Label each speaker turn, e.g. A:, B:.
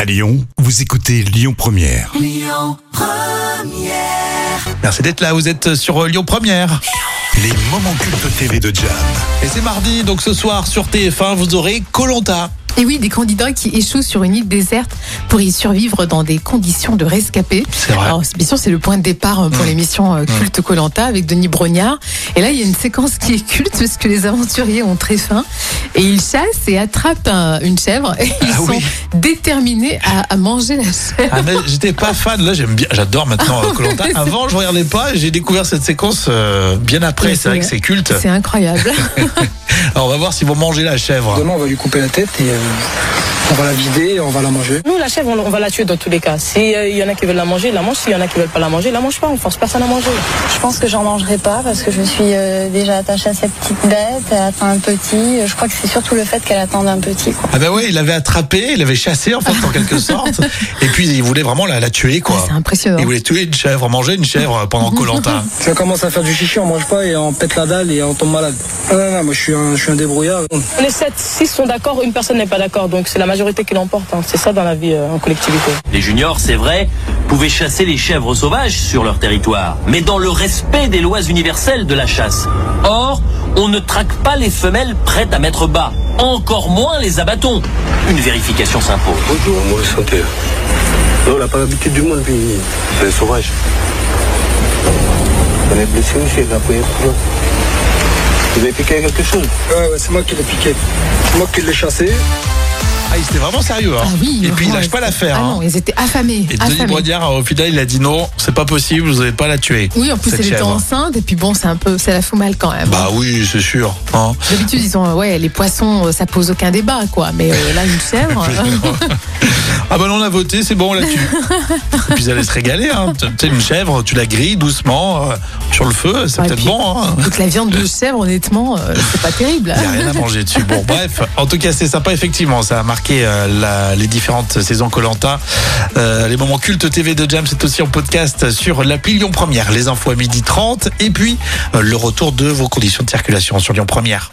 A: À Lyon, vous écoutez Lyon Première.
B: Merci d'être là, vous êtes sur euh, Lyon Première.
A: Les moments cultes TV de Jam.
B: Et c'est mardi, donc ce soir sur TF1, vous aurez Colanta.
C: Et oui, des candidats qui échouent sur une île déserte pour y survivre dans des conditions de rescapés.
B: C'est vrai. Mm.
C: Alors, c'est- bien sûr, c'est le point de départ euh, pour l'émission euh, Culte Colanta avec Denis Brognard. Et là, il y a une séquence qui est culte parce que les aventuriers ont très faim et ils chassent et attrapent un- une chèvre et ils
B: Ah
C: sont
B: oui.
C: déterminés à, à manger la chèvre.
B: Ah, mais j'étais pas fan, là j'aime bien, j'adore maintenant euh, Colanta. Avant, je regardais pas, et j'ai découvert cette séquence euh, bien après,
C: Oui,
B: c'est vrai que
C: c'est
B: c'est culte.
C: C'est incroyable.
B: Alors on va voir si vous mangez la chèvre.
D: Demain, on va lui couper la tête et euh, on va la vider et on va la manger.
E: Nous, la chèvre, on, on va la tuer dans tous les cas. S'il y en a qui veulent la manger, ils la mange. S'il y en a qui veulent pas la manger, ils la mange pas. On force personne à manger.
F: Je pense que j'en mangerai pas parce que je suis euh, déjà attachée à cette petite bête, elle attend un petit. Je crois que c'est surtout le fait qu'elle attende un petit. Quoi.
B: Ah bah ouais, il l'avait attrapé, il l'avait chassé en fait en quelque sorte. Et puis il voulait vraiment la, la tuer quoi.
C: C'est impressionnant.
B: Il voulait tuer une chèvre, manger une chèvre pendant Colanta.
D: Ça commence à faire du chichi, on mange pas et on pète la dalle et on tombe malade. Ah non, non, moi je suis un, je suis un débrouillard.
E: Les 7, 6 sont d'accord, une personne n'est pas d'accord. Donc c'est la majorité qui l'emporte. hein. C'est ça dans la vie euh, en collectivité.
G: Les juniors, c'est vrai, pouvaient chasser les chèvres sauvages sur leur territoire, mais dans le respect des lois universelles de la chasse. Or, on ne traque pas les femelles prêtes à mettre bas, encore moins les abattons. Une vérification s'impose.
H: Bonjour, moi santé. Non, on n'a pas l'habitude du monde, puis c'est sauvage. On est blessé aussi, la première fois. Vous avez piqué quelque chose
D: Ouais, ouais, c'est moi qui l'ai piqué. C'est moi qui l'ai chassé.
B: Ah, il était vraiment sérieux. Hein.
C: Ah oui,
B: Et puis il
C: vraiment,
B: lâche pas l'affaire.
C: Ah
B: hein.
C: non, Ah, ils étaient affamés.
B: Et Denis
C: affamés.
B: Brognard, euh, au final, il a dit non, c'est pas possible, vous n'allez pas la tuer.
C: Oui, en plus,
B: cette
C: elle était
B: chèvre.
C: enceinte et puis bon, c'est un peu, ça la fout mal quand même.
B: Bah oui, c'est sûr. hein.
C: D'habitude, ils ont, euh, ouais, les poissons, euh, ça pose aucun débat, quoi. Mais euh, là, une chèvre.
B: Ah bah non, on l'a voté, c'est bon, on la tue. Et puis elle allait se régaler. Hein. Tu tu sais, une chèvre, tu la grilles doucement euh, sur le feu, c'est
C: Ouais,
B: peut-être
C: puis-
B: bon. Hein.
C: Donc la viande de chèvre, honnêtement, euh, c'est pas terrible.
B: Il n'y a rien à manger dessus. Bon, bref, en tout cas, c'est sympa, effectivement. Ça a marqué euh, la- les différentes saisons Colanta. Euh, les moments cultes TV de Jam, c'est aussi en podcast sur l'appli Lyon Première. Les infos à midi 30. Et puis, euh, le retour de vos conditions de circulation sur Lyon Première.